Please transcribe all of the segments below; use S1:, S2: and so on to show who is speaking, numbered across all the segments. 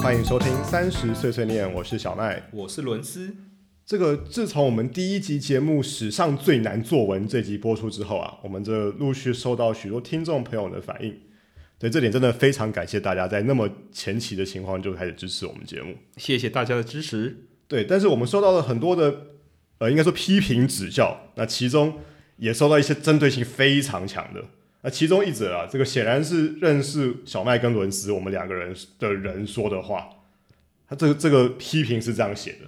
S1: 欢迎收听《三十碎碎念》，我是小麦。
S2: 我是伦斯，
S1: 这个自从我们第一集节目史上最难作文这集播出之后啊，我们这陆续收到许多听众朋友的反应，对这点真的非常感谢大家在那么前期的情况就开始支持我们节目。
S2: 谢谢大家的支持。
S1: 对，但是我们收到了很多的，呃，应该说批评指教，那其中也收到一些针对性非常强的。那其中一则啊，这个显然是认识小麦跟伦斯我们两个人的人说的话，他这个这个批评是这样写的，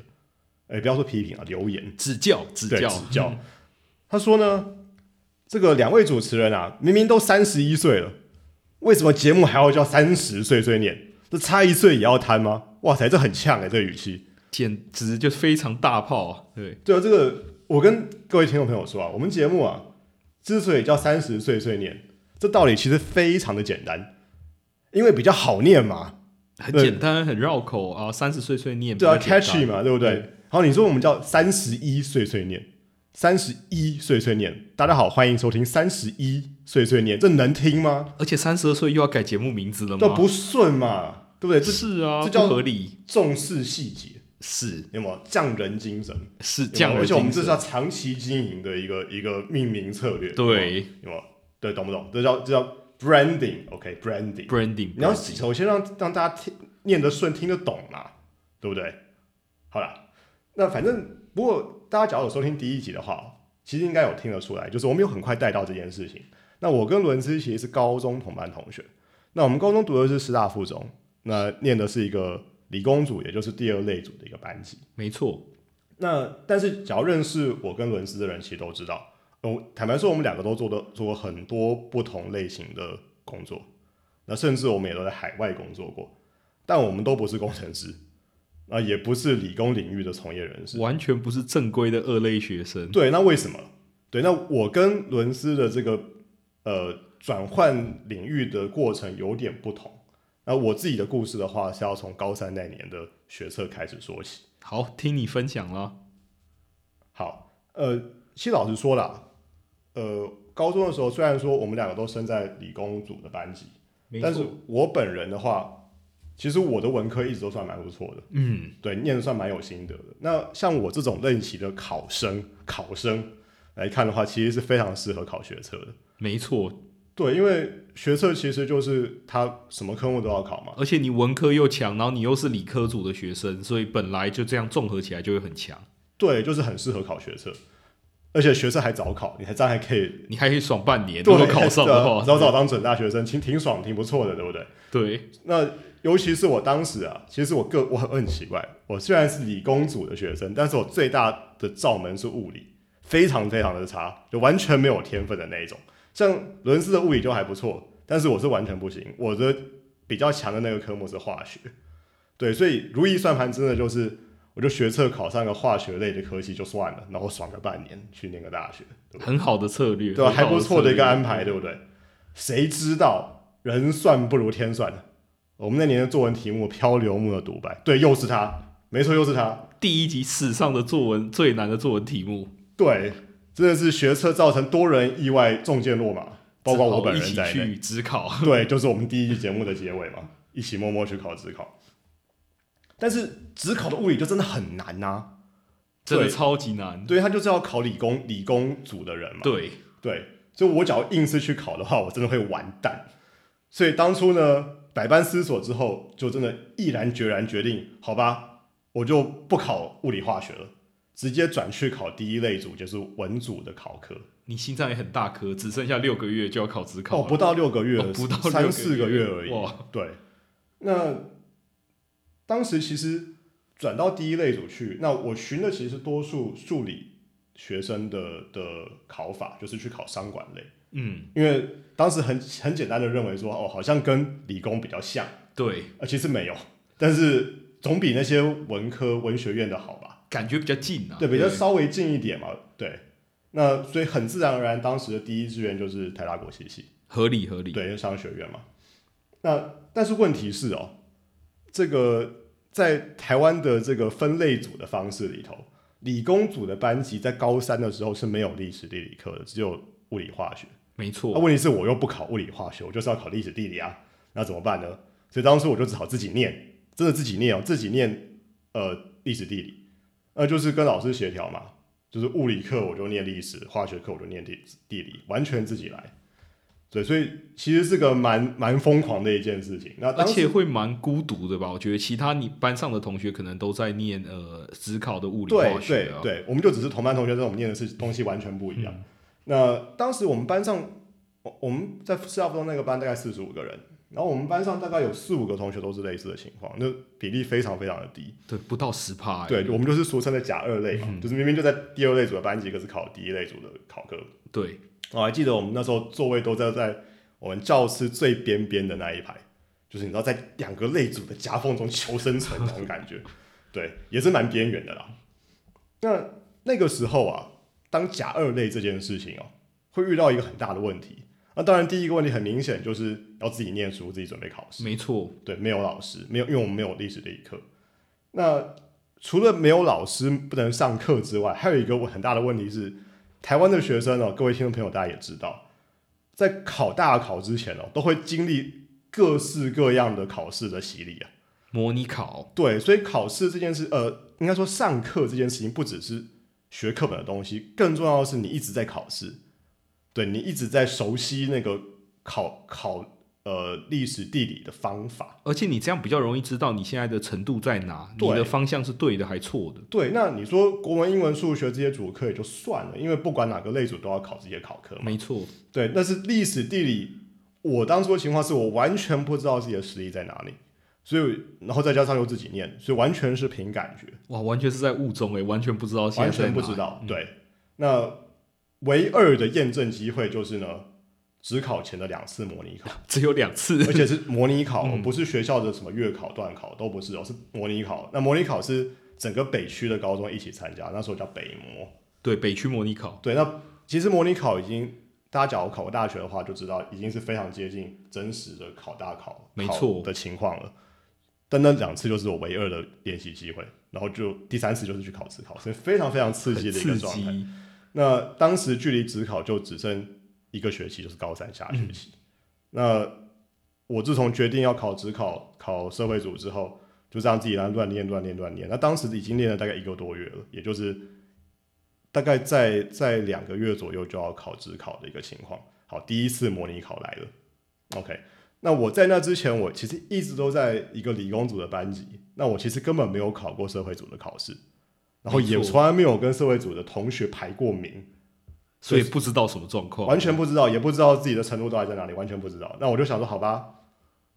S1: 哎，不要说批评啊，留言
S2: 指教，指
S1: 对指教。他说呢，这个两位主持人啊，明明都三十一岁了，为什么节目还要叫三十岁岁念？这差一岁也要贪吗？哇塞，这很呛哎、这个语气。
S2: 简直就非常大炮啊！对，
S1: 对啊，这个我跟各位听众朋友说啊，我们节目啊，之所以叫三十岁碎念，这道理其实非常的简单，因为比较好念嘛，
S2: 很
S1: 对
S2: 简单，很绕口啊，三十岁岁念，
S1: 对啊
S2: 比较简
S1: ，catchy
S2: 单嗯
S1: 嘛，对不对？好，你说我们叫三十一岁碎念，三十一岁碎念，大家好，欢迎收听三十一岁碎念，这能听吗？
S2: 而且三十二岁又要改节目名字了
S1: 这
S2: 吗？
S1: 不顺嘛，对不对？这
S2: 是啊，
S1: 这
S2: 不
S1: 叫
S2: 合理，
S1: 重视细节，
S2: 是
S1: 有没有匠人精神？
S2: 是
S1: 有
S2: 这样
S1: 没有
S2: 的
S1: 而
S2: 精神，
S1: 且我们这是要长期经营的一个一个命名策略，
S2: 对
S1: 有没有？对，懂不懂？这叫这叫 branding，OK，branding、
S2: branding，
S1: 你要
S2: branding
S1: 首先让让大家听念得顺，听得懂嘛，对不对？好啦，那反正不过大家假如有收听第一集的话，其实应该有听得出来，就是我们有很快带到这件事情。那我跟伦斯其实是高中同班同学，那我们高中读的是师大附中，那念的是一个理工组，也就是第二类组的一个班级。
S2: 没错，
S1: 那但是，只要认识我跟伦斯的人，其实都知道，呃，坦白说，我们两个都做的做过很多不同类型的工作，那甚至我们也都在海外工作过，但我们都不是工程师，啊、也不是理工领域的从业人士。
S2: 完全不是正规的二类学生，
S1: 对，那为什么？对，那我跟伦斯的这个呃转换领域的过程有点不同。那我自己的故事的话，是要从高三那年的学测开始说起。
S2: 好，听你分享了，
S1: 好，呃，其实老实说啦，呃，高中的时候虽然说我们两个都升在理工组的班级，
S2: 没
S1: 但是
S2: 错，
S1: 我本人的话，其实我的文科一直都算蛮不错的，
S2: 嗯，
S1: 对，念的算蛮有心得的。那像我这种类型的考生，考生来看的话，其实是非常适合考学测的。
S2: 没错，
S1: 对，因为学测其实就是它什么科目都要考嘛，
S2: 而且你文科又强，然后你又是理科组的学生，所以本来就这样综合起来就会很强，
S1: 对，就是很适合考学测，而且学测还早考，你还这样还可以
S2: 你还可以爽半年，
S1: 对，
S2: 如果考上的话，
S1: 早早当准大学生，挺挺爽，挺不错的，对不对？啊
S2: 对，
S1: 那尤其是我当时啊，其实我个我很我很奇怪，我虽然是理工组的学生，但是我最大的罩门是物理，非常非常的差，就完全没有天分的那一种。像伦斯的物理就还不错，但是我是完全不行。我的比较强的那个科目是化学，对，所以如意算盘真的就是，我就学测考上个化学类的科系就算了，然后爽个半年去念个大学，对不对
S2: 很好的策略，
S1: 对吧、啊
S2: 很好
S1: 还不错的一个
S2: 策略
S1: 安排，对不对？谁知道人算不如天算呢？我们那年的作文题目《漂流木的独白》，对，又是他，没错，又是他，
S2: 第一集史上的作文最难的作文题目，
S1: 对，真的是学车造成多人意外中箭落马，包括我本人
S2: 只好
S1: 在
S2: 一起
S1: 内。
S2: 去只考，
S1: 对，就是我们第一期节目的结尾嘛，一起默默去考职考。但是职考的物理就真的很难呐、
S2: 真的
S1: 对
S2: 超级难。
S1: 对，他就是要考理工理工组的人嘛。
S2: 对，
S1: 对，所以我只要硬是去考的话，我真的会完蛋。所以当初呢，百般思索之后，就真的毅然决然决定，好吧，我就不考物理化学了，直接转去考第一类组，就是文组的考科。
S2: 你心脏也很大颗，只剩下六个月就要考职考
S1: 哦，
S2: 了，
S1: 不到六个月，
S2: 哦不到六
S1: 三四个月而已。
S2: 哇，
S1: 对，那当时其实转到第一类组去，那我寻的其实是多数数理学生的的考法，就是去考商管类。
S2: 嗯，
S1: 因为当时很很简单的认为说，哦，好像跟理工比较像，
S2: 对，
S1: 呃，其实没有，但是总比那些文科文学院的好吧？
S2: 感觉比较近啊，
S1: 对，比较稍微近一点嘛，对。那所以很自然而然，当时的第一志愿就是台大国际系，
S2: 合理合理，
S1: 对，就商学院嘛。那但是问题是哦，这个在台湾的这个分类组的方式里头，理工组的班级在高三的时候是没有历史地理课的，只有物理化学。
S2: 没
S1: 那、
S2: 错，
S1: 问题是啊我又不考物理化学，我就是要考历史地理啊，那怎么办呢？所以当初我就只好自己念，真的自己念哦，自己念呃历史地理，那就是跟老师协调嘛，就是物理课我就念历史，化学课我就念地地理，完全自己来。对，所以其实是个蛮蛮疯狂的一件事情。那
S2: 而
S1: 当时
S2: 且会蛮孤独的吧？我觉得其他你班上的同学可能都在念呃职考的物理
S1: 对
S2: 化
S1: 对
S2: 学啊，嗯
S1: 对，我们就只是同班同学，但是我们念的是东西完全不一样。那当时我们班上，我我们在师大附中那个班大概四十五个人，然后我们班上大概有四五个同学都是类似的情况，那比例非常非常的低。
S2: 对，不到十趴、欸，
S1: 对，我们就是俗称的甲二类嘛，
S2: 嗯
S1: 就是明明就在第二类组的班级，可是考第一类组的考科。
S2: 对，
S1: 我哦还记得我们那时候座位都在在我们教室最边边的那一排，就是你知道在两个类组的夹缝中求生存那种感觉，对，也是蛮边缘的啦。那那个时候啊，当甲二类这件事情哦、会遇到一个很大的问题。那当然，第一个问题很明显就是要自己念书，自己准备考试。
S2: 没错，
S1: 对，没有老师，没有，因为我们没有历史地理课。那除了没有老师不能上课之外，还有一个很大的问题是，台湾的学生哦，各位听众朋友大家也知道，在考大考之前哦，都会经历各式各样的考试的洗礼啊。
S2: 模拟考，
S1: 对，所以考试这件事，呃，应该说上课这件事情不只是学课本的东西，更重要的是你一直在考试，对你一直在熟悉那个考考呃历史地理的方法。
S2: 而且你这样比较容易知道你现在的程度在哪，你
S1: 对
S2: 的方向是对的还错的，
S1: 对，那你说国文、英文、数学这些主科也就算了，因为不管哪个类组都要考这些考科嘛。
S2: 没错，
S1: 对，但是历史、地理，我当初的情况是我完全不知道自己的实力在哪里，所以然后再加上又自己念，所以完全是凭感觉，
S2: 哇，完全是在雾中哎、完全不知道现在
S1: 完
S2: 在
S1: 全
S2: 哪
S1: 不知道。对，那唯二的验证机会就是呢，只考前的两次模拟考，
S2: 只有两次，
S1: 而 且是模拟考，不是学校的什么月考、段考都不是哦，是模拟考。那模拟考是整个北区的高中一起参加，那时候叫北模。
S2: 对，北区模拟考，
S1: 对，那其实模拟考已经，大家假如考过大学的话，就知道已经是非常接近真实的考大考
S2: 没
S1: 考
S2: 错
S1: 的情况了。但那两次就是我唯二的练习机会，然后就第三次就是去考职考，所以非常非常刺
S2: 很
S1: 激的一
S2: 刺
S1: 个状态。
S2: 激，
S1: 那当时距离职考就只剩一个学期，就是高三下学
S2: 嗯
S1: 期。那我自从决定要考职考、考社会组之后，就这样自己乱乱练、乱练、乱练。那当时已经练了大概一个多月了，也就是大概在在两个月左右就要考职考的一个情况。好，第一次模拟考来了，OK。那我在那之前，我其实一直都在一个理工组的班级，那我其实根本没有考过社会组的考试，然后也
S2: 没错
S1: 从来没有跟社会组的同学排过名。
S2: 所以不知道什么状况，
S1: 完全不知道，也不知道自己的程度到底在哪里，完全不知道。那我就想说，好吧，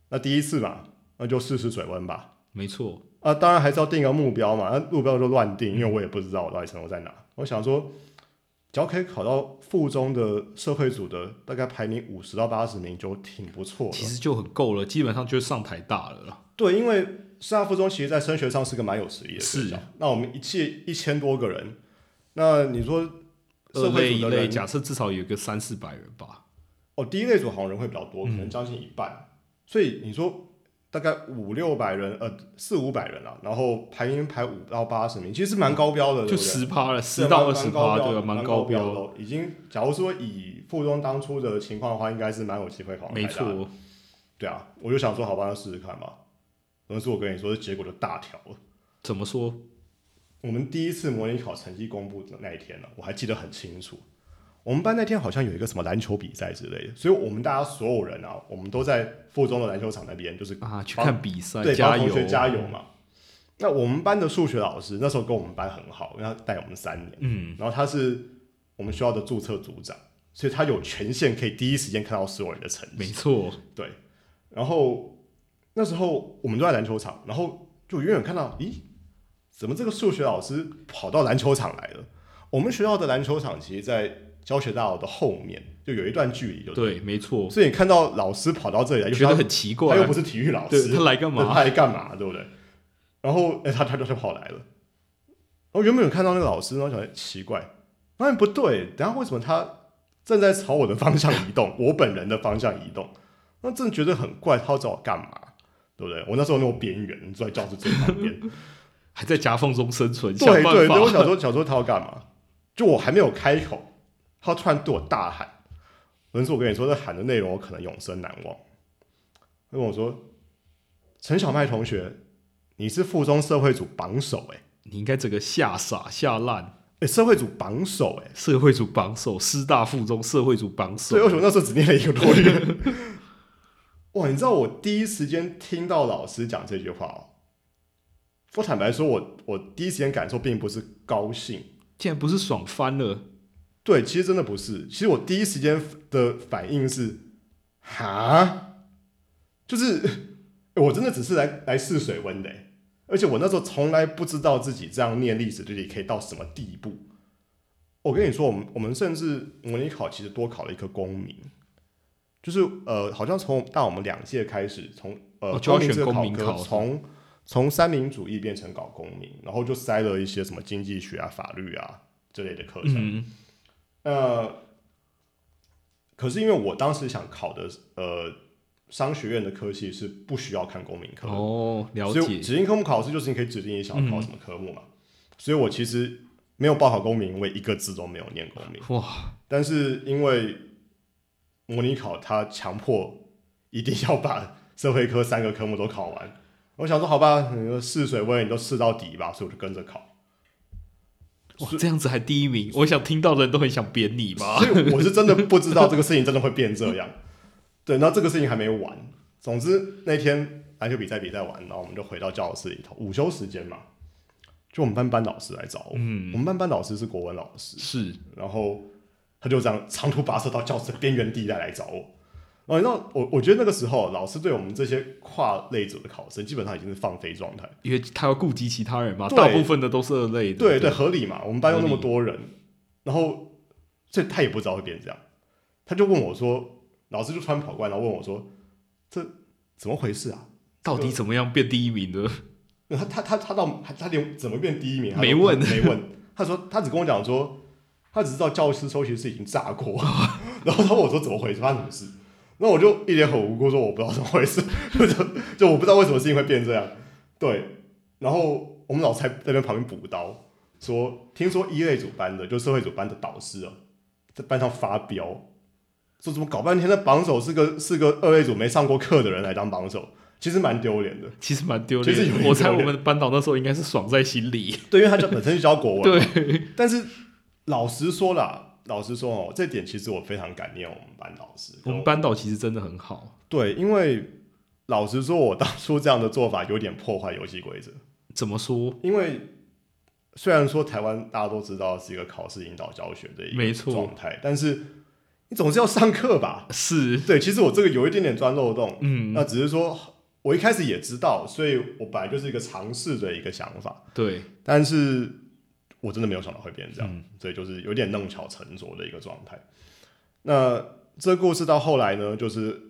S1: 那第一次嘛，那就试试水温吧。
S2: 没错，
S1: 啊，当然还是要定个目标嘛，那目标就乱定，因为我也不知道我到底程度在哪。我想说，只要可以考到附中的社会组的大概排名五十到八十名就挺不错
S2: 其
S1: 了。
S2: 实就很够了，基本上就上台大了啦，
S1: 对，因为师大附中其实在升学上是个蛮有实力的
S2: 是
S1: 学校。那我们一届一千多个人，那你说
S2: 二
S1: 社
S2: 类
S1: 会
S2: 一
S1: 组的
S2: 类，
S1: 人
S2: 假设至少有个三四百人吧，
S1: 哦，第一类组好像人会比较多，可
S2: 嗯
S1: 能将近一半。所以你说大概五六百人，呃，四五百人啊，然后排名排五到八十名，其实蛮高标的，
S2: 嗯就
S1: 对不对
S2: 十趴了，
S1: 对
S2: 十到二
S1: 蛮
S2: 十
S1: 蛮高
S2: 趴，
S1: 标
S2: 对吧？
S1: 的
S2: 蛮
S1: 蛮
S2: 高
S1: 标
S2: 标，
S1: 的。已经，假如说以附中当初的情况的话，应该是蛮有机会考。
S2: 没，错，
S1: 对啊，我就想说，好吧，那试试看吧。但是我跟你说，结果就大调了。
S2: 怎么说？
S1: 我们第一次模拟考成绩公布的那一天呢、我还记得很清楚。我们班那天好像有一个什么篮球比赛之类的，所以我们大家所有人啊，我们都在附中的篮球场那边，就是
S2: 啊，去
S1: 帮
S2: 看比赛，
S1: 对帮
S2: 加
S1: 同
S2: 油
S1: 学加油嘛。那我们班的数学老师那时候跟我们班很好，因为他带我们三年，
S2: 嗯，
S1: 然后他是我们学校的注册组长，所以他有权限可以第一时间看到所有人的成绩
S2: 没。错，
S1: 对，然后那时候我们都在篮球场，然后就远远看到，咦，怎么这个数学老师跑到篮球场来了？我们学校的篮球场其实，在教学大楼的后面，就有一段距离，就对
S2: 对，没错，
S1: 所以你看到老师跑到这里来，就
S2: 觉得
S1: 他
S2: 很奇
S1: 他
S2: 怪
S1: 又，不是体育老
S2: 对
S1: 师，
S2: 他来干
S1: 那
S2: 嘛？
S1: 他来干嘛？对不对？然后、哎他他就他跑来了，然后原本有看到那个老师，然后想哎奇怪，发现不对，等一下为什么他正在朝我的方向移动， 我本人的方向移动？那真的觉得很怪，他要找我干嘛？对不对？我那时候那种边缘，坐在教室最旁边，
S2: 还在夹缝中生存，想
S1: 对
S2: 办
S1: 对对，我
S2: 法。
S1: 想说想说他要干嘛？就我还没有开口，他突然对我大喊，文叔，我跟你说，这喊的内容我可能永生难忘。他跟我说：“陈小麦同学，你是附中社会组榜首、欸，哎、欸
S2: 你应该整个吓傻吓烂，
S1: 社会组榜首、欸，哎，
S2: 社会组榜首，师大附中社会组榜首
S1: 所以，为什么那时候只念了一个多月？ 哇，你知道我第一时间听到老师讲这句话哦，我坦白说我我第一时间感受并不是高兴，
S2: 竟然不是爽翻了，
S1: 对，其实真的不是。其实我第一时间的反应是，哈，就是 欸我真的只是来来试水温的欸、而且我那时候从来不知道自己这样念历史地理可以到什么地步。我跟你说，我们我们甚至模拟考其实多考了一科公民，就是呃，好像从到我们两届开始，从呃
S2: 哦就要
S1: 民这个
S2: 选公民
S1: 科
S2: 考
S1: 从从三民主义变成搞公民，然后就塞了一些什么经济学啊、法律啊这类的课程。
S2: 嗯，
S1: 呃，可是因为我当时想考的呃商学院的科系是不需要看公民科的，
S2: 哦，了
S1: 所以
S2: 解，嗯
S1: 指定科目考试就是你可以指定你想要考什么科目嘛。所以我其实没有报考公民，我也一个字都没有念公民。
S2: 哇，
S1: 但是因为模拟考它强迫一定要把社会科三个科目都考完，我想说好吧，你就试水温，你都试到底吧，所以我就跟着考。
S2: 哇，这样子还第一名，我想听到的人都很想扁你吧？
S1: 所以我是真的不知道这个事情真的会变这样。 对，那这个事情还没完。总之那天篮球比赛比赛完，然后我们就回到教室里头，午休时间嘛，就我们班班导师来找我。
S2: 嗯，
S1: 我们班班导师是国文老师，
S2: 是，
S1: 然后他就这样长途跋涉到教室的边缘地带来找我。然后你知道，我我觉得那个时候老师对我们这些跨类组的考生基本上已经是放飞状态。
S2: 因为他要顾及其他人嘛，
S1: 对
S2: 大部分的都是二类的，
S1: 对对，合理嘛。我们班又那么多人，然后这他也不知道会变这样，他就问我说，老师就突然跑过来，然后问我说，这怎么回事啊？
S2: 到底怎么样变第一名的？
S1: 那他他他他到他他连怎么变第一名他都
S2: 没问
S1: 他没问，他说他只跟我讲说，他只知道教师休息室已经炸过， 然后他问我说怎么回事，发生什么事？那我就一脸很无辜说我不知道怎么回事，就就我不知道为什么事情会变这样。对，然后我们老师还在那边旁边补刀，说听说一类组班的，就社会组班的导师啊，在班上发飙，说怎么搞半天那榜首是个是个二类组没上过课的人来当榜首，其实蛮丢脸的。
S2: 其实蛮丢脸
S1: 其实有点丢
S2: 的，
S1: 脸哦
S2: 我猜我们班导那时候应该是爽在心里。
S1: 对，因为他教本身就教国文，
S2: 对，
S1: 但是老实说啦，老实说哦，这点其实我非常感念我们班老师。
S2: 我们班导其实真的很好，
S1: 对，因为老实说，我当初这样的做法有点破坏游戏规则。
S2: 怎么说？
S1: 因为虽然说台湾大家都知道是一个考试引导教学的一
S2: 没
S1: 个
S2: 错
S1: 状态，但是你总是要上课吧？
S2: 是，
S1: 对，其实我这个有一点点钻漏洞，
S2: 嗯，
S1: 那只是说我一开始也知道，所以我本来就是一个尝试的一个想法。
S2: 对，
S1: 但是我真的没有想到会变成这样，
S2: 嗯
S1: 所以就是有点弄巧成拙的一个状态。那这故事到后来呢，就是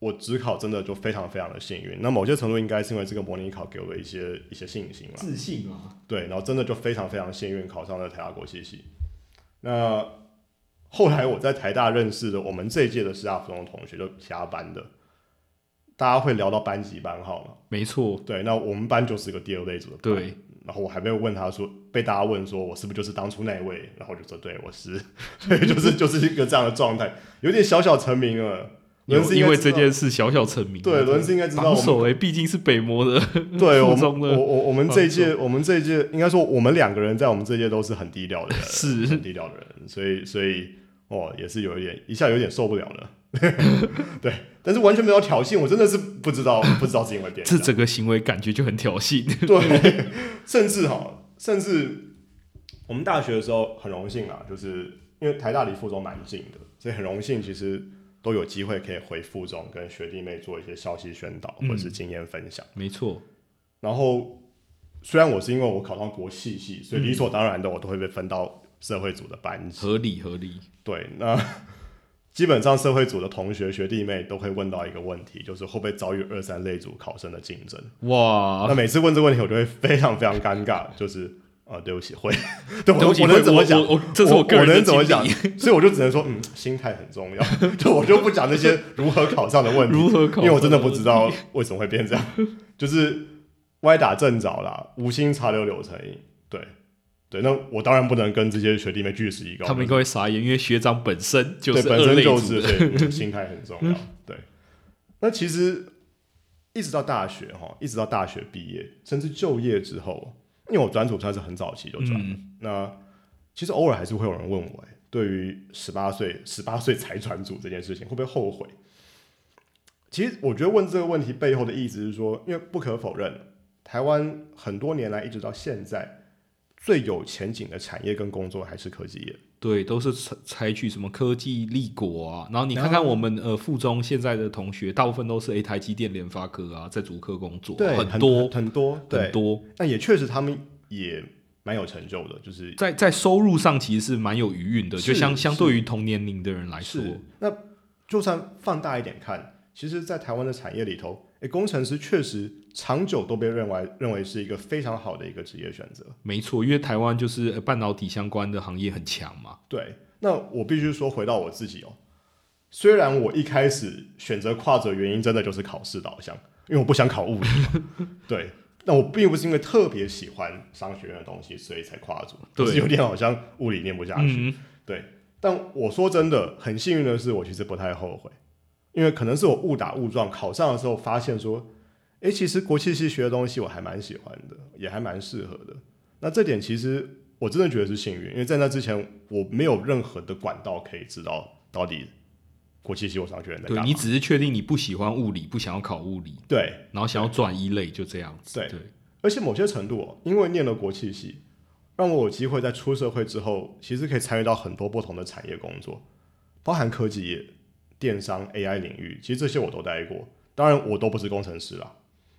S1: 我只考真的就非常非常的幸运。那某些程度应该是因为这个模拟考给我的一些一些信心啦，
S2: 自信啊，
S1: 对，然后真的就非常非常幸运考上了台大国际系。那后来我在台大认识的我们这一届的师大附中同学，就其他班的，大家会聊到班级班号嘛？
S2: 没错，
S1: 对，那我们班就是一个第二类组的班，
S2: 对，
S1: 然后我还没有问他说，被大家问说我是不是就是当初那一位，然后我就说对我是， 所以就是就是一个这样的状态，有点小小成名了。
S2: 有
S1: 伦斯应
S2: 因
S1: 该
S2: 为
S1: 知
S2: 这
S1: 道
S2: 件事小小成名，
S1: 对伦斯应该知道
S2: 榜
S1: 我们，
S2: 首哎，毕竟是北模的，
S1: 对我们
S2: 附中
S1: 我
S2: 的
S1: 我我们
S2: 榜
S1: 这一届我们这一届应该说我们两个人在我们这一届都是很低调的人，
S2: 是
S1: 很低调的人，所以所以哦也是有一点一下有点受不了 了，对，但是完全没有挑衅，我真的是不知道不知道是因为别人
S2: 这整个行为感觉就很挑衅，
S1: 对，甚至哈，甚至我们大学的时候很荣幸啊，就是因为台大离附中蛮近的，所以很荣幸，其实都有机会可以回附中跟学弟妹做一些消息宣导或
S2: 嗯
S1: 者是经验分享。
S2: 没错，
S1: 然后虽然我是因为我考上国系系，所以理所当然的我都会被分到社会组的班级。
S2: 合理合理，
S1: 对，那 基本上社会组的同学学弟妹都会问到一个问题，就是会不会遭遇二三类组考生的竞争？
S2: 哇，
S1: 那每次问这个问题，我就会非常非常尴尬，就是啊、呃对不起， 会，对我
S2: 对不起
S1: 我能怎么
S2: 我
S1: 讲？
S2: 我我这是我个人的
S1: 能怎么
S2: 经
S1: 讲
S2: 历？
S1: 所以我就只能说，嗯，心态很 重要。就我就不讲那些如何考上的问题，
S2: 如何考？
S1: 因为我真的不知道为什么会变这样，就是歪打正着啦，无心插柳柳成荫。对对，那我当然不能跟这些学弟妹据实以告，
S2: 他们应
S1: 就
S2: 该会傻眼，因为学长本身就是
S1: 对本
S2: 二
S1: 身
S2: 类嗯
S1: 就
S2: 组
S1: 是
S2: 的，
S1: 对心态很重要。对，那其实一直到大学哈，一直到大学毕业，甚至就业之后，因为我转组算是很早期就转了，
S2: 嗯，
S1: 那其实偶尔还是会有人问我、欸，对于十八岁十八岁才转组这件事情，会不会后悔？其实我觉得问这个问题背后的意思是说，因为不可否认，台湾很多年来一直到现在，最有前景的产业跟工作还是科技业。
S2: 对，都是采采取什么科技立国啊，然后你
S1: 然
S2: 看看我们呃附中现在的同学，大部分都是 A 台积电、联发科啊，在竹科工作，
S1: 很
S2: 多
S1: 很多，
S2: 很
S1: 对，
S2: 多，
S1: 但也确实他们也蛮有成就的，就是
S2: 在在收入上其实是蛮有余韵的，
S1: 是
S2: 就相
S1: 是
S2: 相对于同年龄的人来说，
S1: 是，那就算放大一点看，其实，在台湾的产业里头，诶，工程师确实长久都被认为认为是一个非常好的一个职业选择。
S2: 没错，因为台湾就是呃半导体相关的行业很强嘛，
S1: 对，那我必须说，回到我自己哦，虽然我一开始选择跨者原因真的就是考试导向，因为我不想考物理 嘛对。那我并不是因为特别喜欢商学院的东西，所以才跨组，
S2: 对
S1: 就是有点好像物理念不下去。
S2: 嗯，
S1: 但我说真的，很幸运的是，我其实不太后悔，因为可能是我误打误撞考上的时候发现说，诶，其实国际系学的东西我还蛮喜欢的，也还蛮适合的。那这点其实我真的觉得是幸运，因为在那之前我没有任何的管道可以知道到底国际系我商学院在干
S2: 对
S1: 嘛。
S2: 你只是确定你不喜欢物理，不想要考物理，
S1: 对，
S2: 然后想要转一类，就这样子，
S1: 对
S2: 对，
S1: 而且某些程度、哦，因为念了国际系，让我有机会在出社会之后，其实可以参与到很多不同的产业工作，包含科技业、电商、AI 领域，其实这些我都待过。当然，我都不是工程师啦，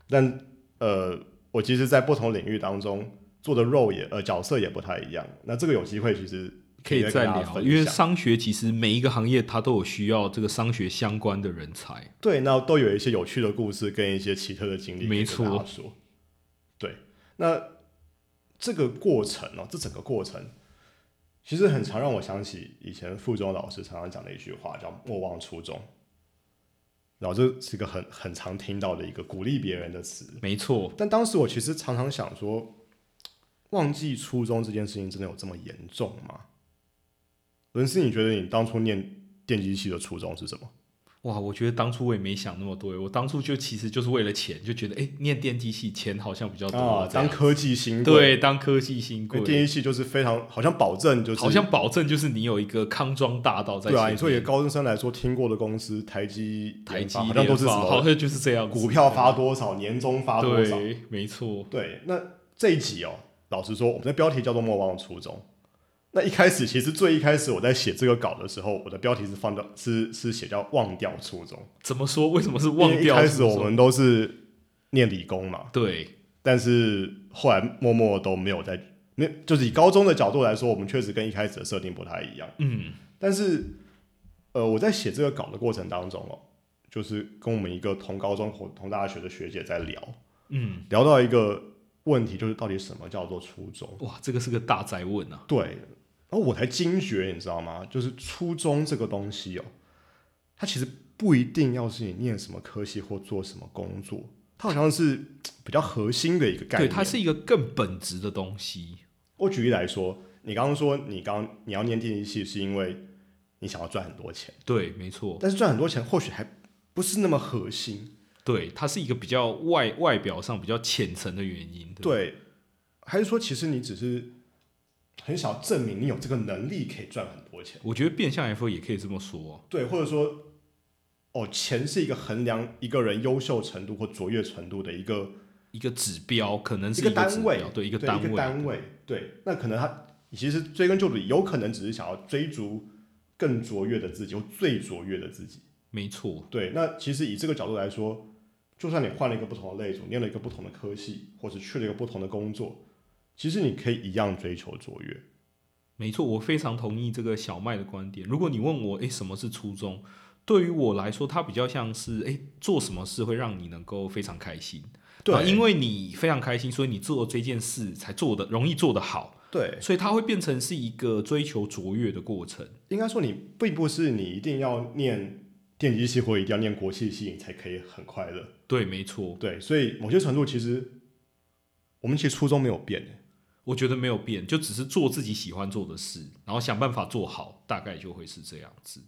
S1: 但呃，我其实，在不同领域当中做的 role 也呃角色也不太一样。那这个有机会其实
S2: 可以
S1: 再
S2: 再
S1: 跟大家
S2: 聊，
S1: 分
S2: 因为
S1: 享
S2: 商学其实每一个行业它都有需要这个商学相关的人才，
S1: 对，那都有一些有趣的故事跟一些奇特的经历，
S2: 没错。
S1: 说，对，那这个过程哦，这整个过程其实很常让我想起以前附中老师常常讲的一句话，叫“莫忘初衷”。然后这是一个很很常听到的一个鼓励别人的词，
S2: 没错，
S1: 但当时我其实常常想说，忘记初衷这件事情真的有这么严重吗？伦斯，你觉得你当初念电机系的初衷是什么？
S2: 哇，我觉得当初我也没想那么多，欸我当初就其实就是为了钱，就觉得哎、诶念电机系钱好像比较多，
S1: 啊，
S2: 这样
S1: 当科技新贵，
S2: 对当科技新
S1: 因
S2: 贵
S1: 为，电一系就是非常好像保证就是
S2: 好像保证就是你有一个康庄大道在
S1: 对
S2: 前
S1: 啊，
S2: 面。
S1: 你说一个高中生来说听过的公司，台积、
S2: 台积
S1: 联发好像都是
S2: 联
S1: 什
S2: 发好
S1: 么
S2: 像就是这样子，
S1: 股票发多少，年终发多少。
S2: 对，没错，
S1: 对，那这一集哦，老实说，我们的标题叫做《莫忘初衷》。那一开始其实最一开始我在写这个稿的时候，我的标题是放到是是写叫“忘掉初衷
S2: 怎么说？为什么是”，忘
S1: 因为一
S2: 掉
S1: 开
S2: 初衷？
S1: 始我们都是念理工嘛，
S2: 对
S1: 但是后来默默都没有在，没就是以高中的角度来说，我们确实跟一开始的设定不太一样。
S2: 嗯
S1: 但是，呃，我在写这个稿的过程当中哦，就是跟我们一个同高中、同同大学的学姐在聊，
S2: 嗯，
S1: 聊到一个问题，就是到底什么叫做初衷？
S2: 哇，这个是个大宅问啊，
S1: 对，然后我才惊觉，你知道吗？就是初衷这个东西哦，它其实不一定要是你念什么科系或做什么工作，它好像是嘖比较核心的一个概
S2: 对，
S1: 念。
S2: 它是一个更本质的东西，
S1: 我举例来说，你刚刚说你刚你要念电机系是因为你想要赚很多钱。
S2: 对，没错，
S1: 但是赚很多钱或许还不是那么核心，
S2: 对，它是一个比较外外表上比较浅层的原因，对吧，
S1: 对，还是说其实你只是很想证明你有这个能力可以赚很多钱，
S2: 我觉得变相 F 也可以这么说，
S1: 对，或者说哦，钱是一个衡量一个人优秀程度或卓越程度的一个
S2: 一个指标可能是
S1: 一个
S2: 指
S1: 单位
S2: 标，对，一
S1: 一
S2: 个
S1: 单
S2: 单位，
S1: 位，对，那可能他其实追根究底，有可能只是想要追逐更卓越的自己或最卓越的自己。
S2: 没错，
S1: 对，那其实以这个角度来说，就算你换了一个不同的类组，念了一个不同的科系，或者去了一个不同的工作，其实你可以一样追求卓越。
S2: 没错，我非常同意这个小麦的观点。如果你问我，诶，什么是初衷？对于我来说，它比较像是，诶，做什么事会让你能够非常开心。
S1: 对
S2: 啊因为你非常开心，所以你做这件事才做的容易做得好，
S1: 对，
S2: 所以它会变成是一个追求卓越的过程。
S1: 应该说你并不是你一定要念电机系或一定要念国际系，你才可以很快乐。
S2: 对，没错，
S1: 对，所以某些程度其实我们其实初衷没有变。欸
S2: 我觉得没有变，就只是做自己喜欢做的事，然后想办法做好，大概就会是这样子。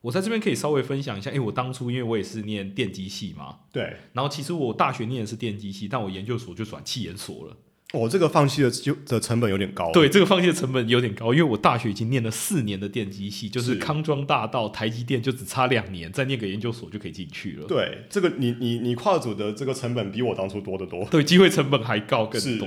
S2: 我在这边可以稍微分享一下，哎、我当初因为我也是念电机系嘛，
S1: 对，
S2: 然后其实我大学念的是电机系，但我研究所就转气研所了。
S1: 我、这个放弃的就的成本有点高。，
S2: 对，这个放弃的成本有点高，因为我大学已经念了四年的电机系，就是
S1: 是
S2: 康庄大道、台积电，就只差两年，再念个研究所就可以进去了。
S1: 对，这个你你你跨组的这个成本比我当初多得多。
S2: 对，机会成本还高更
S1: 是
S2: 多。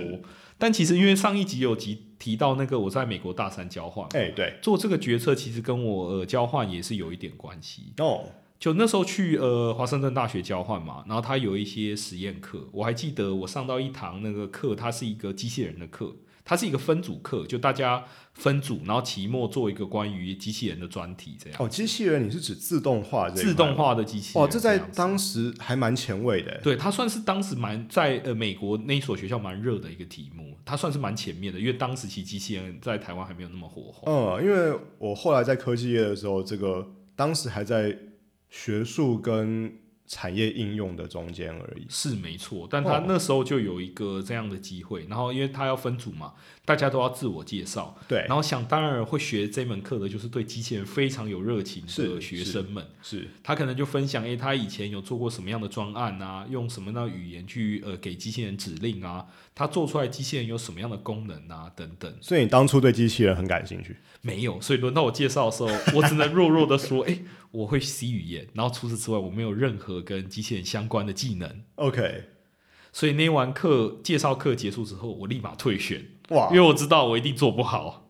S2: 但其实因为上一集有提提到那个我在美国大三交换，
S1: 哎、对，
S2: 做这个决策其实跟我呃交换也是有一点关系。
S1: 哦，
S2: 就那时候去呃华盛顿大学交换嘛，然后他有一些实验课，我还记得我上到一堂那个课，它是一个机器人的课，它是一个分组课，就大家分组，然后期末做一个关于机器人的专题，这样、
S1: 哦，机器人你是指自动化这一块
S2: 自动？化的机器人
S1: 哦，这在
S2: 样子
S1: 当时还蛮前卫的。
S2: 对，它算是当时蛮在呃美国那一所学校蛮热的一个题目，它算是蛮前面的，因为当时其实机器人在台湾还没有那么火红。
S1: 嗯，因为我后来在科技业的时候，这个当时还在学术跟产业应用的中间而已。
S2: 是没错，但他
S1: 哦
S2: 那时候就有一个这样的机会，然后因为他要分组嘛，大家都要自我介绍，
S1: 对，
S2: 然后想当然会学这门课的就是对机器人非常有热情的
S1: 是
S2: 学
S1: 是
S2: 生们，
S1: 是
S2: 他可能就分享，诶、他以前有做过什么样的专案啊，用什么样的语言去呃给机器人指令啊，他做出来机器人有什么样的功能啊，等等。
S1: 所以你当初对机器人很感兴趣？
S2: 没有，所以轮到我介绍的时候，我只能弱弱的说，哎、我会 C 语言，然后除此之外，我没有任何跟机器人相关的技能。
S1: OK，
S2: 所以那一完课介绍课结束之后，我立马退选，
S1: 哇
S2: 因，为我知道我一定做不好。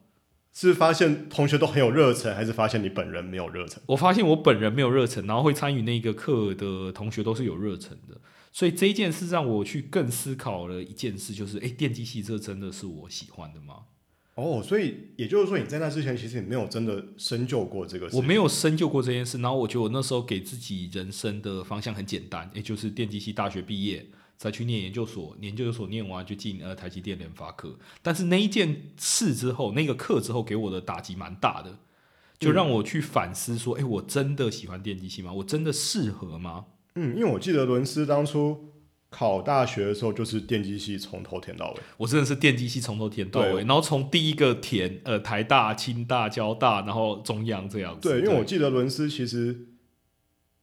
S1: 是发现同学都很有热忱，还是发现你本人没有热忱？
S2: 我发现我本人没有热忱，然后会参与那个课的同学都是有热忱的，所以这一件事让我去更思考了一件事，就是哎、诶电机系这真的是我喜欢的吗？
S1: 哦，所以也就是说，你在那之前其实你没有真的深究过这个事
S2: 我
S1: 情。
S2: 没有深究过这件事，然后我觉得我那时候给自己人生的方向很简单，也就是电机系大学毕业，再去念研究所，研究所念完就进呃台积电联发科。但是那一件事之后，那个课之后给我的打击蛮大的，
S1: 嗯
S2: 就让我去反思说，哎、我真的喜欢电机系吗？我真的适合吗？
S1: 嗯，因为我记得伦斯当初考大学的时候，就是电机系从头填到尾。
S2: 我真的是电机系从头填到
S1: 对
S2: 尾，然后从第一个填呃台大、清大、交大，然后中央这样子。
S1: 对，因为我记得伦斯其实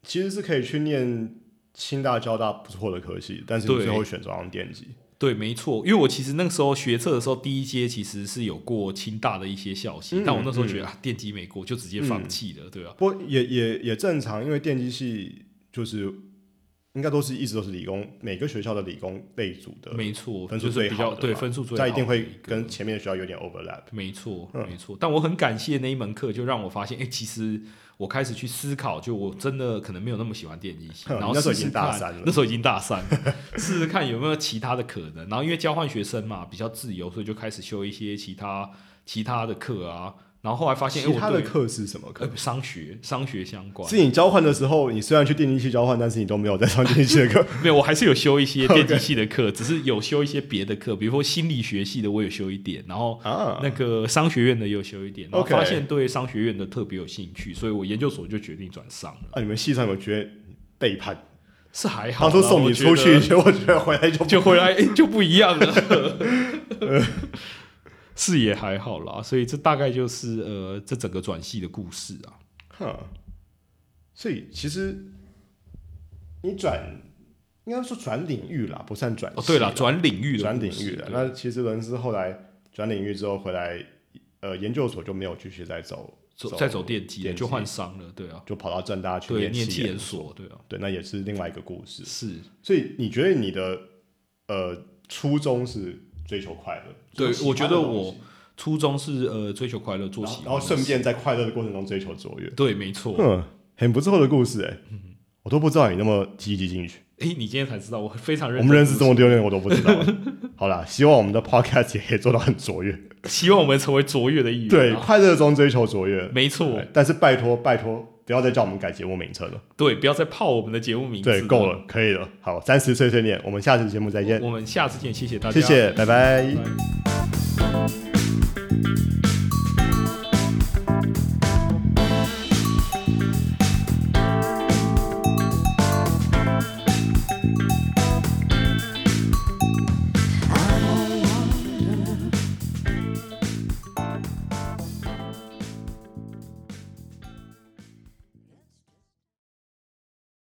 S1: 其实是可以去念清大、交大不错的科系，但是你
S2: 对
S1: 最后选中央电机。
S2: 对，没错，因为我其实那个时候学测的时候，第一阶其实是有过清大的一些校系，
S1: 嗯
S2: 但我那时候
S1: 嗯
S2: 觉得、啊，电机没过就直接放弃了，对吧、啊
S1: 不过也也也正常，因为电机系就是应该都是一直都是理工，每个学校的理工类组的
S2: 没错，
S1: 啊分
S2: 嗯
S1: 数
S2: 就是
S1: 最
S2: 比
S1: 好
S2: 较
S1: 的，
S2: 对分数最好
S1: 它
S2: 的
S1: 一定会
S2: 个
S1: 跟前面的学校有点 overlap。
S2: 没错，
S1: 嗯
S2: 没错。但我很感谢那一门课，就让我发现，哎、其实我开始去思考，就我真的可能没有那么喜欢电机系，
S1: 哼
S2: 然后
S1: 你那时候
S2: 试试
S1: 已经大
S2: 看
S1: 三了
S2: 那时候已经大三了，试试看有没有其他的可能。然后因为交换学生嘛，比较自由，所以就开始修一些其他其他的课啊。然后后来发现，哎、
S1: 其他的
S2: 我对
S1: 课是什么课？
S2: 呃，商学商学相关，
S1: 是你交换的时候，你虽然去电机系交换，但是你都没有在上电机系的 课。
S2: 没有，我还是有修 一些电机系的课，只是有修一些别的课，比如说心理学系的我有修一点，然后
S1: 啊，
S2: 那个商学院的也有修一点，然后
S1: OK
S2: 发现对商学院的特别有兴趣，所以我研究所就决定转商了，
S1: 啊，你们系上有没有觉得背叛？
S2: 是还好
S1: 当
S2: 啦，
S1: 初送
S2: 我
S1: 你
S2: 觉
S1: 出去，
S2: 得
S1: 结果觉得回来 就
S2: 就回来、诶就不一样了， 是也还好啦，所以这大概就是呃这整个转系的故事啊。
S1: 哼，所以其实你转，应该说转领域啦，不算转系、
S2: 哦，对了，转领域
S1: 啊
S2: 的
S1: 转
S2: 故
S1: 领
S2: 事
S1: 域了。
S2: 对
S1: 那其实伦斯后来转领域之后回来，呃，研究所就没有继续再走，
S2: 走再走电机
S1: 电
S2: 就
S1: 机
S2: 换商了，对啊，
S1: 就跑到正大去
S2: 对，念
S1: 气
S2: 研
S1: 研。
S2: 所，对啊，
S1: 对，那也是另外一个故事。
S2: 是。
S1: 所以你觉得你的呃初衷是追求快乐？
S2: 对
S1: 就是喜欢
S2: 我觉
S1: 的
S2: 得
S1: 东西
S2: 我初衷是呃追求快乐，做
S1: 然
S2: 喜
S1: 后
S2: 欢的事，
S1: 然后顺便在快乐的过程中追求卓越。
S2: 对，没错。
S1: 嗯，很不错的故事哎、我都不知道你那么积极进取。
S2: 诶，你今天才知道，我非常认
S1: 我
S2: 真
S1: 们认识这
S2: 读
S1: 么丢脸，我都不知道。好啦，希望我们的 podcast 也可以做到很卓越，
S2: 书， 希望我们成为卓越的一员。啊
S1: 对，，快乐中追求卓越。
S2: 没错，
S1: 对但是拜托拜托，不要再叫我们改节目名称了。
S2: 对，不要再泡我们的节目名字，
S1: 对，够。了，可以了。好，三十岁碎念，我们下次节目再见，
S2: 我们下次见，谢谢大
S1: 谢
S2: 家，
S1: 谢，拜拜
S2: 拜拜